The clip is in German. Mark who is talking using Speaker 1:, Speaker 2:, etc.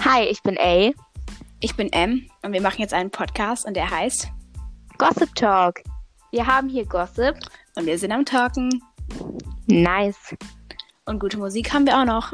Speaker 1: Hi, ich bin A.
Speaker 2: Ich bin M und wir machen jetzt einen Podcast und der heißt
Speaker 1: Gossip Talk. Wir haben hier Gossip.
Speaker 2: Und wir sind am Talken
Speaker 1: Nice.
Speaker 2: und gute Musik haben wir auch noch.